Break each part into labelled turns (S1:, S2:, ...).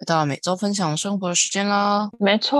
S1: 又到了每周分享生活的时间啦。
S2: 没错，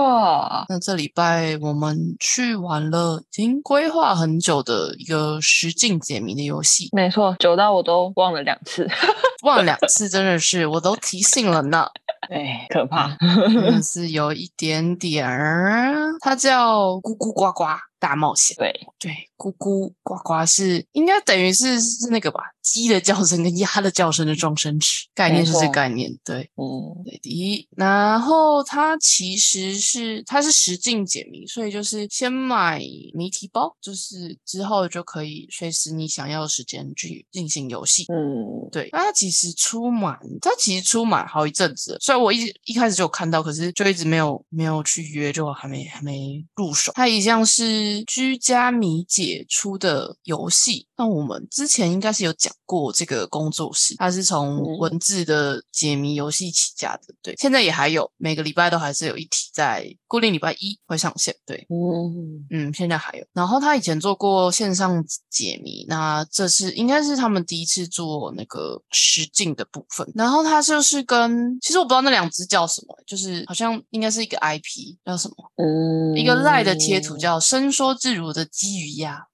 S1: 那这礼拜我们去玩了已经规划很久的一个实境解谜的游戏，
S2: 没错，久到我都忘了两次。
S1: 忘了两次真的是我都提醒了 呢，
S2: 哎，可怕。
S1: 真的是有一点点儿。它叫《咕咕呱呱大冒险》。
S2: 对，
S1: 对，咕咕呱呱是应该等于是是那个吧，鸡的叫声跟鸭的叫声的撞声词，概念是
S2: 没
S1: 这
S2: 错
S1: 概念。对，
S2: 嗯，
S1: 对的，然后它其实是它是实境解谜，所以就是先买谜题包，就是之后就可以随时你想要的时间去进行游戏。
S2: 嗯，
S1: 对，那它其实出满，它其实出满好一阵子了，虽然我一一开始就有看到，可是就一直没有没有去约，就还没还没入手。它一向是居家米姐出的游戏，那我们之前应该是有讲过这个工作室，它是从
S2: 嗯
S1: 文字的解谜游戏起家的，对，现在也还有，每个礼拜都还是有一题在固定礼拜一会上线，对。
S2: 嗯，
S1: 嗯，现在还有。然后他以前做过线上解谜，那这是应该是他们第一次做那个实境的部分。然后他就是跟，其实我不知道那两只叫什么，就是好像应该是一个 IP 叫什么，
S2: 嗯，
S1: 一个赖的贴
S2: 哦
S1: 图叫“伸缩自如的鸡与鸭”，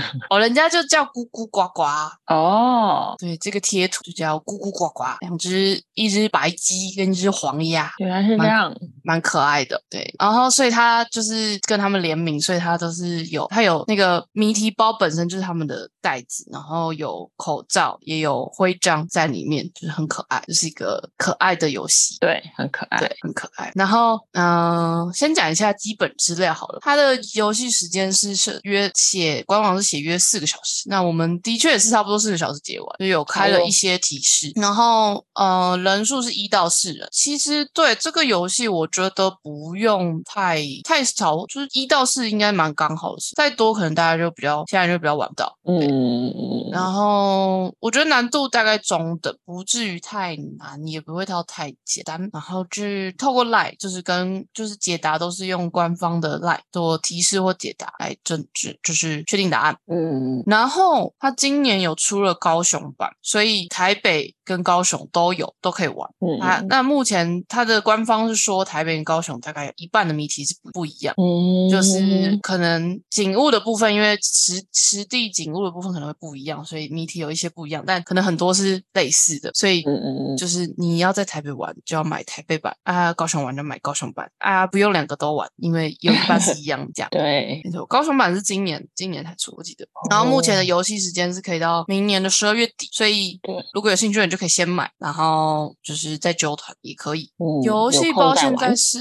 S1: 哦，人家就叫咕咕呱呱。
S2: 哦，
S1: 对，这个贴图就叫咕咕呱呱，两只，一只白鸡跟一只黄鸭。
S2: 原来是这样。
S1: 蛮可爱的，对。然后，所以他就是跟他们联名，所以他都是有，他有那个谜题包本身就是他们的袋子，然后有口罩，也有徽章在里面，就是很可爱，就是一个可爱的游戏。
S2: 对，很可爱。
S1: 对，很可爱。然后，嗯、先讲一下基本资料好了。它的游戏时间是是约写官网是写约四个小时，那我们的确也是差不多四个小时解完，就有开
S2: 哎
S1: 了
S2: 呦
S1: 一些提示。然后，呃，人数是一到四人。其实对这个游戏，我觉得不用太太少，就是一到四应该蛮刚好的，再多可能大家就比较现在就比较玩不到。
S2: 嗯，
S1: 然后我觉得难度大概中等，不至于太难，也不会到太简单。然后去透过 Line，就是跟就是解答都是用官方的 Line 做提示或解答来证治，就是确定答案。
S2: 嗯，
S1: 然后它今年有出了高雄版，所以台北跟高雄都有，都可以玩。
S2: 嗯，
S1: 啊，那目前它的官方是说台北跟高雄大概有一半的谜题是不不一样。
S2: 嗯，
S1: 就是可能景物的部分，因为实实地景物的部分可能会不一样，所以谜题有一些不一样，但可能很多是类似的，所以
S2: 嗯嗯嗯，。
S1: 就是你要在台北玩就要买台北版啊，高雄玩就买高雄版啊，不用两个都玩，因为有一半是一样这样
S2: 对，
S1: 没错，高雄版是今年今年才出，我记得。然后目前的游戏时间是可以到明年的十二月底，所以
S2: 哦对
S1: 如果有兴趣的人就可以先买，然后就是再揪团也可以。
S2: 嗯
S1: 游戏
S2: 有
S1: 包
S2: 空再
S1: 现在
S2: 玩。
S1: 是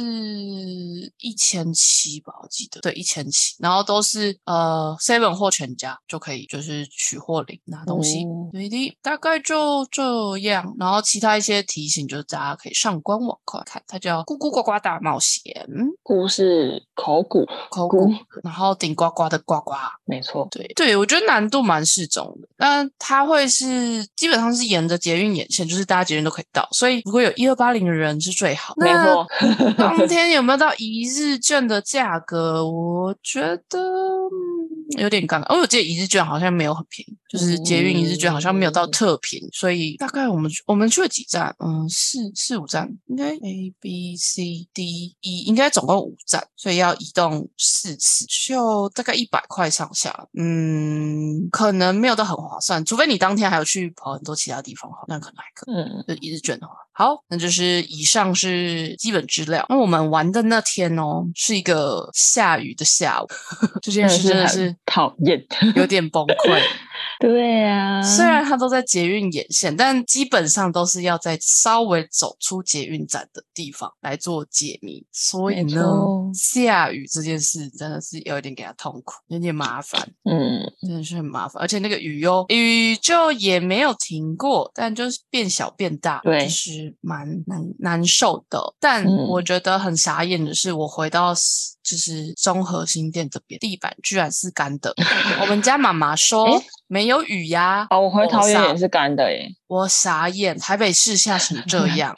S1: 一千七吧，我记得对一千七，然后都是呃 seven 或全家就可以，就是取货领拿东西。
S2: 嗯
S1: 对的，大概就这样。然后其他一些提醒，就是大家可以上官网快看，它叫《咕咕呱呱大冒险
S2: 故事口骨，》，
S1: 口
S2: 咕
S1: 咕，然后顶呱呱的呱呱。
S2: 没错。
S1: 对对，我觉得难度蛮适中的。那它会是基本上是沿着捷运沿线，就是大家捷运都可以到，所以如果有一二八零的人是最好。
S2: 没错，
S1: 当天有没有到一日券的价格？我觉得嗯有点尴尬，因为我记得一日券好像没有很便宜，就是捷运一日券好像没有到
S2: 嗯
S1: 特便宜，所以大概我们去我们去了几站？嗯，四四五站，应该 A B C D E，应该总共五站，所以要移动四次，就大概一百块上下。嗯，可能没有到很划算，除非你当天还有去跑很多其他地方，那可能还可以。
S2: 嗯，
S1: 就一日券的话，好，那就是以上是基本资料。那我们玩的那天哦，是一个下雨的下午， 这件事真的是
S2: 很讨厌。
S1: 有点崩 溃。
S2: 对呀，
S1: 虽然它都在捷运沿线，但基本上都是要在稍微走出捷运站的地方来做解谜。所以
S2: 没
S1: 呢
S2: 错，
S1: 下雨这件事真的是有一点给他痛苦，有点麻烦。
S2: 嗯，
S1: 真的是很麻烦，而且那个雨哟，雨就也没有停过，但就是变小变大，
S2: 对
S1: 就是蛮难难受的。但
S2: 嗯
S1: 我觉得很傻眼的是，我回到 s- 就是中和新店这边，地板居然是干的。我们家妈妈说
S2: 诶
S1: 没有雨呀、
S2: 哦，我回
S1: 我
S2: 桃园
S1: 傻
S2: 也是干的耶。
S1: 我傻眼，台北市下成这 样，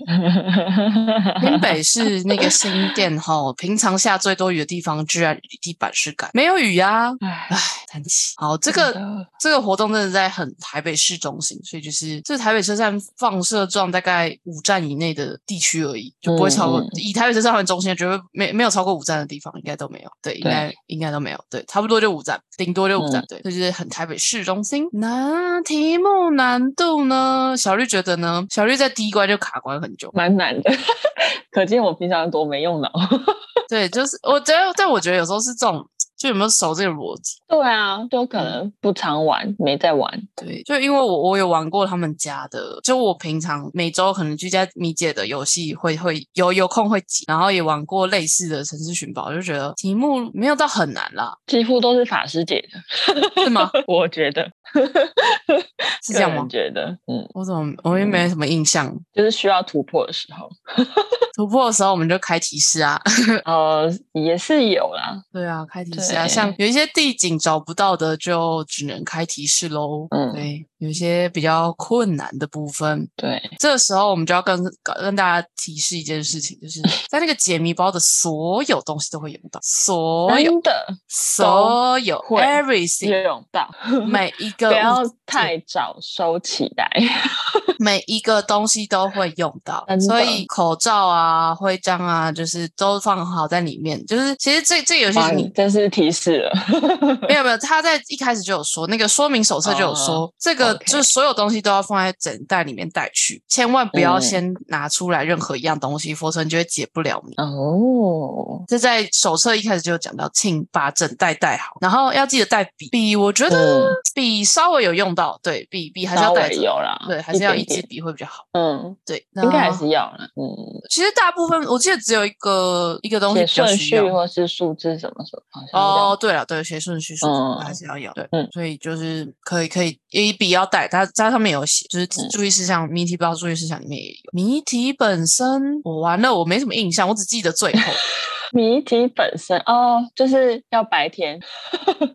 S1: 新北市那个新店吼，平常下最多雨的地方，居然地板是干，没有雨啊。
S2: 哎，
S1: 唉，叹气。好， 这
S2: 这
S1: 个这个活动真的在很台北市中心，所以就是这台北车站放射状大概五站以内的地区而已，就不会超过、
S2: 嗯嗯。
S1: 以台北车站为中心，绝对没没有超过五站的地方，应该都没有。对，应该应该都没有。对，差不多就五站，顶多就五站。对，这就是很台北市中心。那题目难度呢？小绿觉得呢？小绿在第一关就卡关很久
S2: 蛮难 的，可见我平常多没用脑。
S1: 对，就是我觉得，但我觉得有时候是这种，就有没有熟这个逻辑？
S2: 对啊，就可能不常玩，没在玩。
S1: 对，就因为我我有玩过他们家的，就我平常每周可能居家米姐的游戏会会有有空会集，然后也玩过类似的城市寻宝，就觉得题目没有到很难啦，
S2: 几乎都是法师姐 的，
S1: 是吗？
S2: 我觉得
S1: 是这样
S2: 个人
S1: 吗？
S2: 觉得，嗯，
S1: 我怎么我也没什么印象？
S2: 就是需要突破的时候，
S1: 突破的时候我们就开提示啊，
S2: 呃，也是有啦，
S1: 对啊，开提示啊，
S2: 对
S1: 像有一些地景找不到的就只能开提示喽。
S2: 嗯
S1: 对，有一些比较困难的部分，
S2: 对，
S1: 这时候我们就要跟跟大家提示一件事情，就是 在那个解谜包的所有东西都会用到，所有
S2: 真的
S1: 所有
S2: 会
S1: everything
S2: 用到，
S1: 每一个
S2: 不要
S1: 物
S2: 太早收起来，
S1: 每一个东西都会用到
S2: 真，的
S1: 所以口罩啊、徽章啊，就是都放好在里面。就是其实这这游戏
S2: 哇，
S1: 你
S2: 你真是提示了，
S1: 没有没有，他在一开始就有说，那个说明手册就有说，这个
S2: 哦 OK
S1: 就是所有东西都要放在整袋里面带去，千万不要
S2: 嗯
S1: 先拿出来任何一样东西，否则你就会解不了谜。
S2: 哦，
S1: 这在手册一开始就有讲到，请把整袋带好，然后要记得带笔。笔我觉得
S2: 嗯
S1: 笔稍微有用到，对，笔笔还是
S2: 稍
S1: 要带
S2: 微
S1: 着，
S2: 有啦，
S1: 对，还是要一
S2: 一点
S1: 支
S2: 点，
S1: 笔会比较好。
S2: 嗯，
S1: 对，啊
S2: 应该还
S1: 那
S2: 是要啦，嗯，
S1: 其实大部分我记得只有一个一个东西
S2: 写
S1: 比较
S2: 顺
S1: 需
S2: 序
S1: 要。
S2: 或是数字什么什么，好像
S1: 哦，对了，对，学顺序顺
S2: 嗯
S1: 序还是要有，对，
S2: 嗯
S1: 所以就是可以可以，一笔要带，它它上面有写，就是
S2: 嗯
S1: 注意事项，谜题包注意事项里面也有。谜题本身我完了，我没什么印象，我只记得最后。
S2: 谜题本身哦，就是要白天，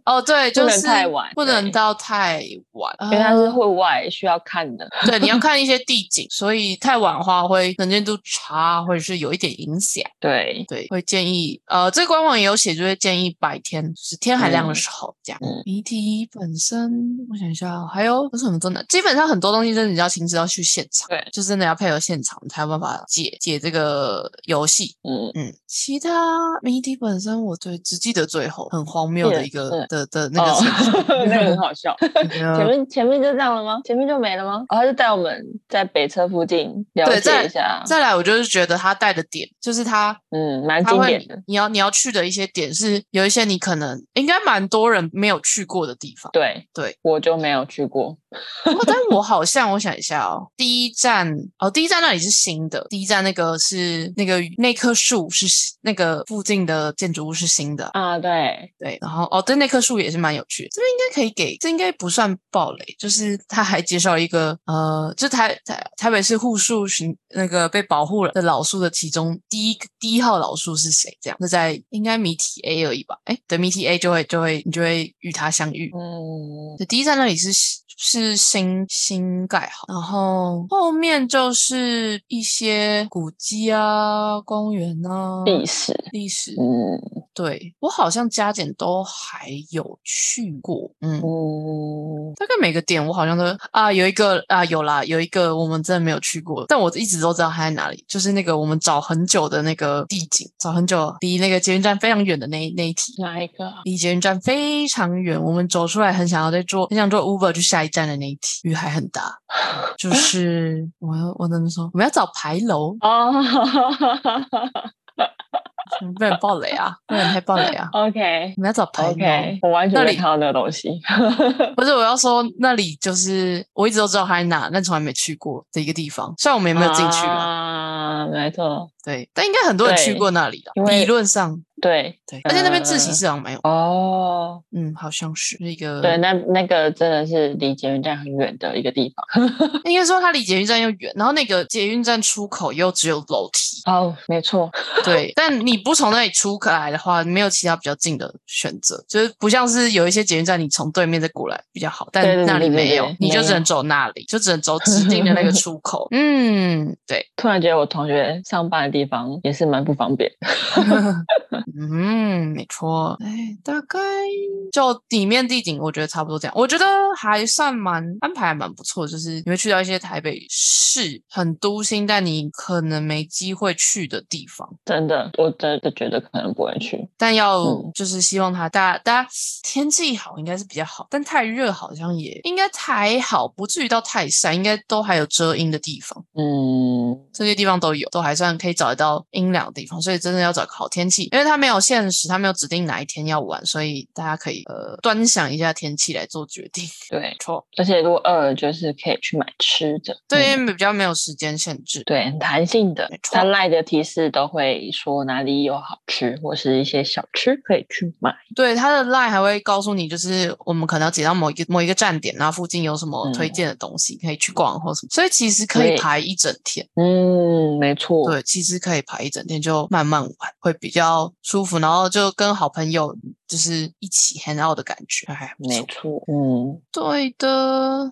S1: 哦，对，
S2: 不
S1: 就
S2: 能
S1: 是
S2: 太晚
S1: 不能
S2: 对
S1: 到太晚，
S2: 因为它是户外需要看的。
S1: 对，你要看一些地景，所以太晚的话会能见度差，或者是有一点影响。
S2: 对，
S1: 对，会建议呃，这个官网也有写，就会建议白天，就是天还亮的
S2: 嗯
S1: 时候、这样
S2: 嗯。
S1: 谜题本身，我想一下哦，还有有什么真的？基本上很多东西真的要亲自要去现场，
S2: 对
S1: 就真的要配合现场，你才有办法解解这个游戏。
S2: 嗯，
S1: 嗯，其他谜题本身，我最只记得最后很荒谬的
S2: 对
S1: 一个
S2: 对
S1: 的的那个程序、
S2: 哦、 那个很好笑。
S1: 那
S2: 前
S1: 个
S2: 面前面就这样了吗？前面就没了吗？哦，他就带我们在北车附近了
S1: 对在
S2: 解一下。
S1: 再来，我就是觉得他带的点，就是他
S2: 嗯，蛮
S1: 他
S2: 经
S1: 会
S2: 典的。
S1: 你要你要去的一些点是有一些你可能应该蛮多人没有去过的地 方。
S2: 对
S1: 对，
S2: 我就没有去过。
S1: 不过但我好像我想一下哦，第一站哦，第一站那里是新的，第一站那个是那个那棵树是新那个附近的建筑物是新的，
S2: 啊，对，
S1: 对，然后哦，对，那棵树也是蛮有趣的。这边应该可以给，这应该不算暴雷，就是他还介绍一个呃，就台台台北市户树寻那个被保护了的老树的其中第一个第一号老树是谁？这样，那在应该谜题 A 而已吧？哎，对，谜题 A 就会就会你就会与他相遇。
S2: 嗯，
S1: 对，第一站那里是新是新新盖好，然后后面就是一些古迹啊、公园啊、
S2: 历史，
S1: 历史
S2: 嗯
S1: 对我好像加减都还有去过，嗯，
S2: 嗯，
S1: 大概每个点我好像都啊有一个啊有啦有一个我们真的没有去过，但我一直都知道它在哪里，就是那个我们找很久的那个地景，找很久离那个捷运站非常远的那那一题。
S2: 哪一个啊？
S1: 离捷运站非常远，我们走出来很想要再坐，很想坐 Uber 去下一站的那一题，雨还很大，就是我要我怎么说？我们要找牌楼，
S2: 哦
S1: 不能爆雷啊，不能太爆雷啊，
S2: ，OK
S1: 我们要找牌楼。
S2: OK，我完全
S1: 那
S2: 没
S1: 里
S2: 看到那个东西。
S1: 不是，我要说那里就是我一直都知道它在哪，但从来没去过的一个地方。虽然我们也没有进去啊，
S2: 啊，没错，
S1: 对，但应该很多人去
S2: 对
S1: 过那里
S2: 因
S1: 了。
S2: 为
S1: 理论上，
S2: 对
S1: 对，而且那边自习
S2: 呃
S1: 室好像没有，
S2: 哦，
S1: 嗯，好像是一个
S2: 对，那那个真的是离捷运站很远的一个地方。，
S1: 应该说它离捷运站又远，然后那个捷运站出口又只有楼梯
S2: 哦，没错，
S1: 对。但你不从那里出来的话，没有其他比较近的选择，就是不像是有一些捷运站你从对面再过来比较好，但
S2: 对对对
S1: 那里
S2: 对对
S1: 没有
S2: 对，
S1: 你就
S2: 没
S1: 只能
S2: 有
S1: 走那里，就只能走指定的那个出 口。嗯，对，
S2: 突然觉得我同学上班的地方也是蛮不方便。
S1: 嗯，没错。哎，大概就底面地景，我觉得差不多这样。我觉得还算蛮安排还蛮不错的，就是你会去到一些台北市很都心，但你可能没机会去的地方。
S2: 真的，我真的觉得可能不会去。
S1: 但要
S2: 嗯
S1: 就是希望它大家大家天气好应该是比较好，但太热好像也应该还好，不至于到太晒，应该都还有遮阴的地方，
S2: 嗯，
S1: 这些地方都有，都还算可以找得到阴凉的地方。所以真的要找个好天气，因为它没有限时，它没有指定哪一天要玩，所以大家可以呃端详一下天气来做决定。没
S2: 对，
S1: 错，
S2: 而且如果饿了，就是可以去买吃的。
S1: 对，
S2: 嗯
S1: 因为比较没有时间限制。
S2: 对，很弹性的
S1: 没，错
S2: 它赖的提示都会说哪里有好吃，或是一些小吃可以去买。
S1: 对，它的 line 还会告诉你，就是我们可能要解到某一个某一个站点，然后附近有什么推
S2: 嗯
S1: 荐的东西可以去逛或什么，所以其实可以
S2: 对
S1: 排一整天。
S2: 嗯，没错，
S1: 对，其实可以排一整天，就慢慢玩会比较舒服，然后就跟好朋友就是一起 hang out 的感觉，还不
S2: 没
S1: 错。
S2: 错，嗯，
S1: 对的，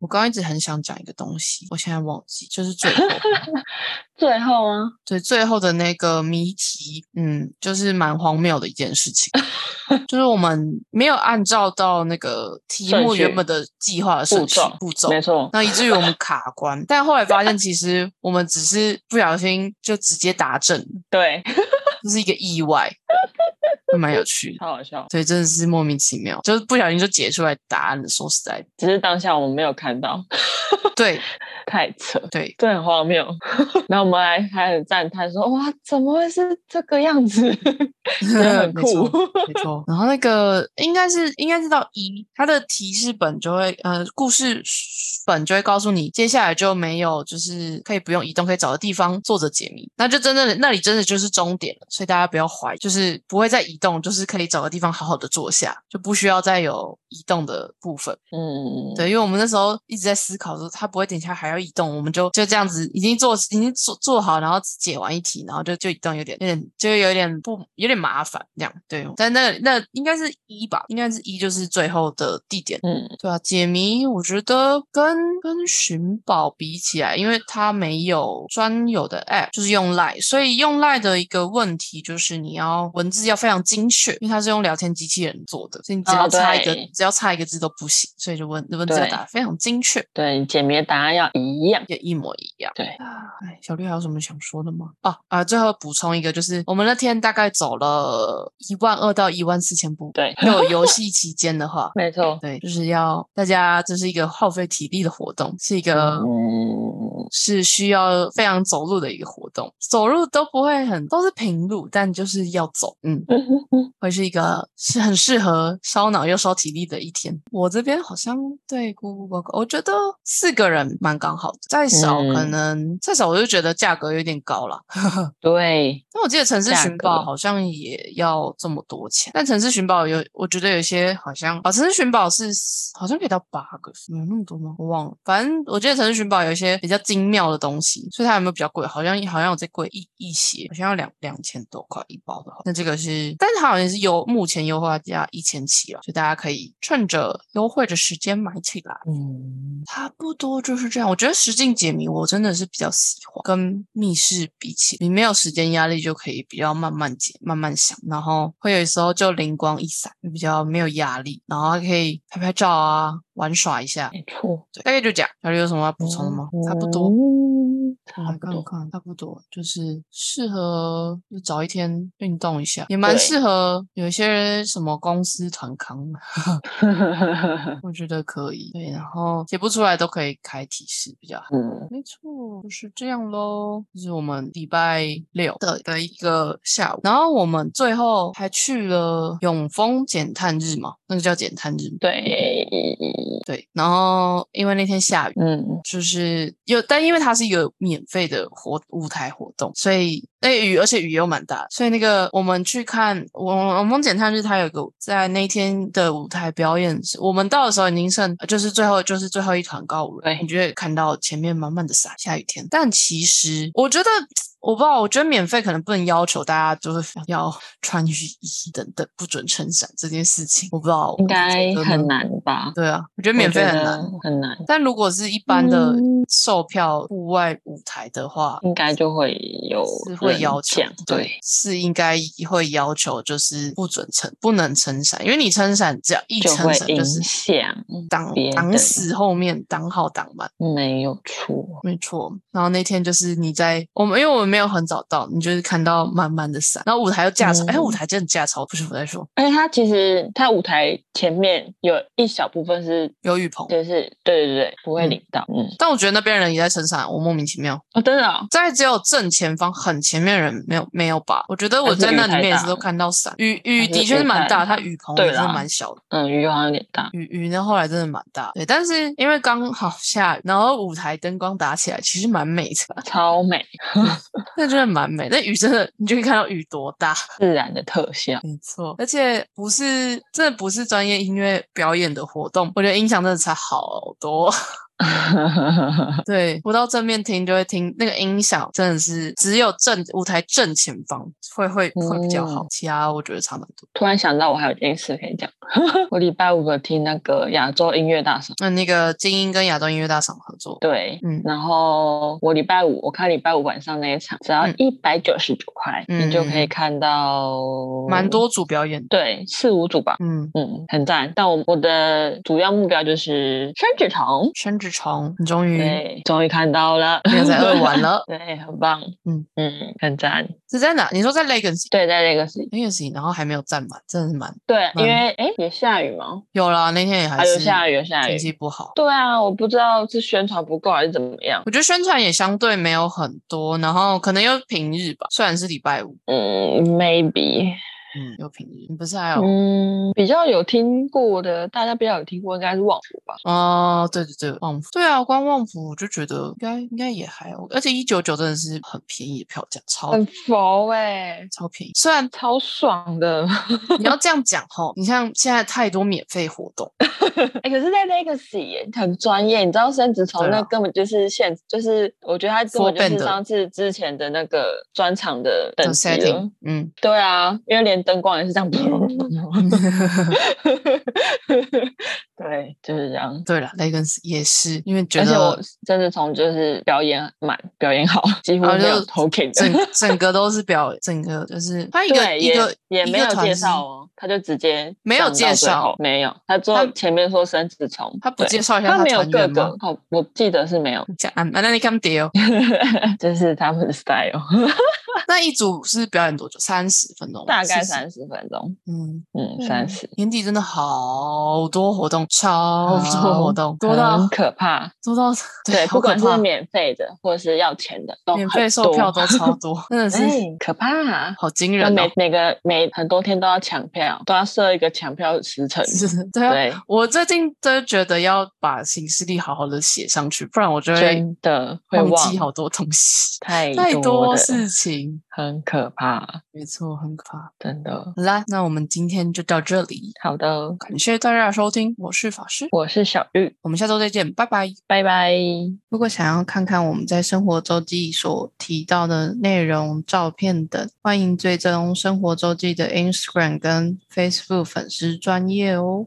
S1: 我刚刚一直很想讲一个东西，我现在忘记，就是最 后
S2: 最后啊，
S1: 对最后的那个谜题，嗯，就是蛮荒谬的一件事 情，就是我们没有按照到那个题
S2: 顺
S1: 目原
S2: 序
S1: 本的计划的顺
S2: 步
S1: 序
S2: 骤
S1: 步骤，
S2: 没错，
S1: 那以至于我们卡 关。但后来发现，其实我们只是不小心就直接答正了，
S2: 对，
S1: 这是一个意外，还蛮有趣的。
S2: 超好笑。
S1: 对，真的是莫名其妙，就是不小心就解出来答案了。说实在的，
S2: 只是当下我们没有看到，
S1: 对
S2: 太扯，
S1: 对，
S2: 这很荒谬。 然后我们还还很赞叹说：“哇，怎么会是这个样子？ 真的 很
S1: 没错
S2: 酷。
S1: 没错，然后那个应该是应该是到一，它的提示本就会呃故事本就会告诉你，接下来就没有就是可以不用移动可以找的地方坐着解谜，那就真的那里真的就是终点了，所以大家不要怀疑，就是不会再移动，就是可以找个地方好好的坐下，就不需要再有移动的部分。”
S2: 嗯，
S1: 对，因为我们那时候一直在思考说，他不会等一下还要移动，我们就就这样子已经做已经做做好，然后解完一题，然后就就移动有点有点就有点不有点麻烦这样。对，但那那应该是一吧，应该是一就是最后的地点。
S2: 嗯，
S1: 对啊，解谜我觉得跟跟寻宝比起来，因为它没有专有的 app，就是用 Line，所以用 Line 的一个问题就是你要文字要非常精确，因为它是用聊天机器人做的，所以你只
S2: 哦
S1: 要差一个、
S2: 对
S1: 只要差一个字都不行，所以就文文字要
S2: 对
S1: 打得非常精确，
S2: 对，解谜的答案要一样。
S1: 也一模一样。
S2: 对，
S1: 哎，小绿还有什么想说的吗？啊啊，最后补充一个，就是我们那天大概走了一万二到一万四千步，
S2: 对
S1: 没有游戏期间的话，
S2: 没错。
S1: 对，就是要大家，这是一个耗费体力的活动，是一个、
S2: 嗯，
S1: 是需要非常走路的一个活动，走路都不会很都是平路，但就是要走，嗯，会是一个是很适合烧脑又烧体力的一天。我这边好像对姑姑报告，我觉得四个人蛮刚好的，再少可
S2: 嗯
S1: 能、再少我就觉得价格有点高了。
S2: 对，
S1: 但我记得城市
S2: 价
S1: 寻
S2: 格
S1: 宝好像也要这么多钱，但城市寻宝有，我觉得有些好像啊，城市寻宝是好像可以到八个，有那么多吗？我忘了。反正我记得城市寻宝有一些比较精妙的东西，所以它有没有比较贵？好像好像有再贵一一些，好像要两两千多块一包的话。那这个是，但是它好像是优目前优惠价一千七了，所以大家可以趁着优惠的时间买起来。
S2: 嗯，
S1: 差不多就是这样。我觉得实境解谜我真的是比较喜欢，跟密室比起，你没有时间压力就可以比较慢慢解、慢慢想，然后会有时候就灵光一闪，比较没有压力，然后还可以拍拍照啊，玩耍一下。
S2: 没错。
S1: 对，大概就这样。小刘有什么要补充的吗？差不多。
S2: 嗯，
S1: 我
S2: 差
S1: 来
S2: 不
S1: 看
S2: 多。
S1: 看，差不多就是适合就找一天运动一下，也蛮
S2: 对
S1: 适合有一些什么公司团康的。我觉得可以。对，然后写不出来都可以开提示，比较好。
S2: 嗯，
S1: 没错，就是这样喽。这是我们礼拜六的的一个下午，然后我们最后还去了永丰减碳日嘛，那个叫减碳日。
S2: 对，
S1: 对，然后因为那天下雨，
S2: 嗯，
S1: 就是有，但因为它是一个免免费的活舞台活动，所以那雨而且雨又蛮大的，所以那个我们去看我我们检探日，它有个在那天的舞台表演，我们到的时候已经剩就是最后就是最后一团高舞了，
S2: 对
S1: 你就会看到前面慢慢的洒下雨天，但其实我觉得。我不知道，我觉得免费可能不能要求大家就是要 穿雨衣等等，不准撑伞这件事情，我不知道，
S2: 应该
S1: 我觉得
S2: 很难吧？
S1: 对啊，我觉得免费很难。，
S2: 很难，
S1: 但如果是一般的
S2: 嗯哦
S1: 售票户外舞台的话，
S2: 应该就会有
S1: 是会
S2: 人
S1: 要求
S2: 讲，对，
S1: 是应该会要求，就是不准撑，不能撑伞，因为你撑伞只要一
S2: 就
S1: 撑
S2: 会
S1: 伞
S2: 影
S1: 就是
S2: 响
S1: 挡
S2: 别
S1: 挡
S2: 人
S1: 死后面，挡好挡满。
S2: 没有错，
S1: 没错，然后那天就是你在我们，因为我们没有很早到，你就是看到慢慢的伞，然后舞台又架超，哎、
S2: 嗯
S1: 舞台真的架超，不是我在说，
S2: 而且它其实它舞台前面有一小部分是，
S1: 有雨棚，
S2: 就是对对对，不会
S1: 嗯
S2: 淋到，嗯，
S1: 但我觉得那边人也在撑伞，我莫名其妙。
S2: 哦，真的哦，
S1: 在只有正前方很前面的人没有没有吧？我觉得我在那里面也是都看到伞，雨雨的确是蛮大，它雨棚也真的蛮小的，
S2: 嗯，雨好像有点大，
S1: 雨雨那后来真的蛮大。对，但是因为刚好下雨，然后舞台灯光打起来，其实蛮美的，
S2: 超美，
S1: 那真的蛮美。那雨真的，你就可以看到雨多大，
S2: 自然的特效，
S1: 没错。而且不是真的不是专业音乐表演的活动，我觉得音响真的差好多。对，我到正面听就会听那个音响，真的是只有正舞台正前方会会会比较好，
S2: 嗯
S1: 其他我觉得差蛮多。
S2: 突然想到我还有一件事可以讲， 我礼拜五有听那个亚洲音乐大赏。
S1: 那那个精英跟亚洲音乐大赏合作，
S2: 对，
S1: 嗯
S2: 然后我礼拜五我看礼拜五晚上那一场，只要
S1: 嗯
S2: 一百九十九块，
S1: 嗯
S2: 你就可
S1: 嗯嗯
S2: 以看到
S1: 蛮，多组表演的。
S2: 对，四五组吧，
S1: 嗯，
S2: 嗯，很赞。但我我的主要目标就是生子虫，
S1: 宣志虫，你终于
S2: 对，终于看到了，
S1: 没有在二玩了，
S2: 对，很棒，
S1: 嗯
S2: 嗯嗯，很赞。
S1: 是在哪？你说在 Legacy。
S2: 对，在那个是，
S1: Legacy，然后还没有站满，真的是蛮
S2: 对，
S1: 嗯
S2: 因为哎也下雨吗？
S1: 有啦。那天也还
S2: 啊，
S1: 是
S2: 有下雨，有下雨
S1: 天。气不好，
S2: 对啊，我不知道是宣传不够还是怎么样。
S1: 我觉得宣传也相对没有很多，然后可能又平日吧，虽然是礼拜五，
S2: 嗯，maybe，
S1: 嗯，又平日。你不是还有
S2: 嗯，比较有听过的，大家比较有听过应该是旺福吧。
S1: 哦，对对对，旺福，对啊，光旺福我就觉得应该应该也还 o 而且一九九真的是很便宜的票价，超
S2: 很佛哎、
S1: 欸超便宜。虽然
S2: 超爽的。
S1: 你要这样讲吼，你像现在太多免费活动，
S2: 哎、可是在 Legacy 耶很专业，你知道生子虫
S1: 对啊
S2: 那根本就是现，就是我觉得他根本就
S1: Full band
S2: 是
S1: 的
S2: 上次之前的那个专场的
S1: 的
S2: 等级了
S1: setting，。嗯，
S2: 对啊，因为连灯光也是 这样。对，就是这样。
S1: 对了，Legacy 也是，因为觉
S2: 而且我
S1: 得
S2: 生子虫就是表演满，表演好，几乎
S1: 啊
S2: 没
S1: 就
S2: 有
S1: 是
S2: token 的。
S1: 整整个都是表，整个就是他一个
S2: 对，
S1: 一
S2: 也
S1: 个
S2: 也
S1: 一
S2: 没
S1: 个
S2: 有
S1: 团
S2: 介
S1: 是
S2: 绍哦，他就直接
S1: 没有
S2: 上到
S1: 介
S2: 最
S1: 绍
S2: 后没有，他最
S1: 他
S2: 后前面说生子虫，
S1: 他不
S2: 对
S1: 介绍一下
S2: 他没有
S1: 团
S2: 各
S1: 员吗
S2: 个？，哦，我记得是没有，
S1: 讲啊，那你看点哦，
S2: 这是他们的 style，
S1: 那一组是表演多久？三十分钟吗，
S2: 大概
S1: 40
S2: 三十分钟，
S1: 嗯，
S2: 嗯，
S1: 对
S2: 三十，
S1: 年底真的好多活动，超多活动，多到
S2: 很可怕。
S1: 多到
S2: 对，
S1: 好
S2: 不
S1: 可
S2: 管
S1: 怕
S2: 是，免费的或者是要钱的，都
S1: 免
S2: 很
S1: 费售票
S2: 多
S1: 都超 多，真的是
S2: 哎，可怕。
S1: 好惊
S2: 那
S1: 人哦
S2: 每！每个每很多天都要抢票，都要设一个抢票时程。
S1: 是对啊，
S2: 对，
S1: 我最近真觉得要把行事历好好的写上去，不然我就会
S2: 真的会
S1: 忘
S2: 忘
S1: 记好多东西，
S2: 太
S1: 太
S2: 多
S1: 多
S2: 的
S1: 事情，
S2: 很可怕，
S1: 没错，很可怕。
S2: 真的。
S1: 好啦，那我们今天就到这里，
S2: 好的，哦
S1: 感谢大家的收听，我是法师，
S2: 我是小玉，
S1: 我们下周再见，拜拜。
S2: 拜拜。
S1: 如果想要看看我们在生活周记所提到的内容、照片等，欢迎追踪生活周记的 Instagram 跟 Facebook 粉丝专业哦。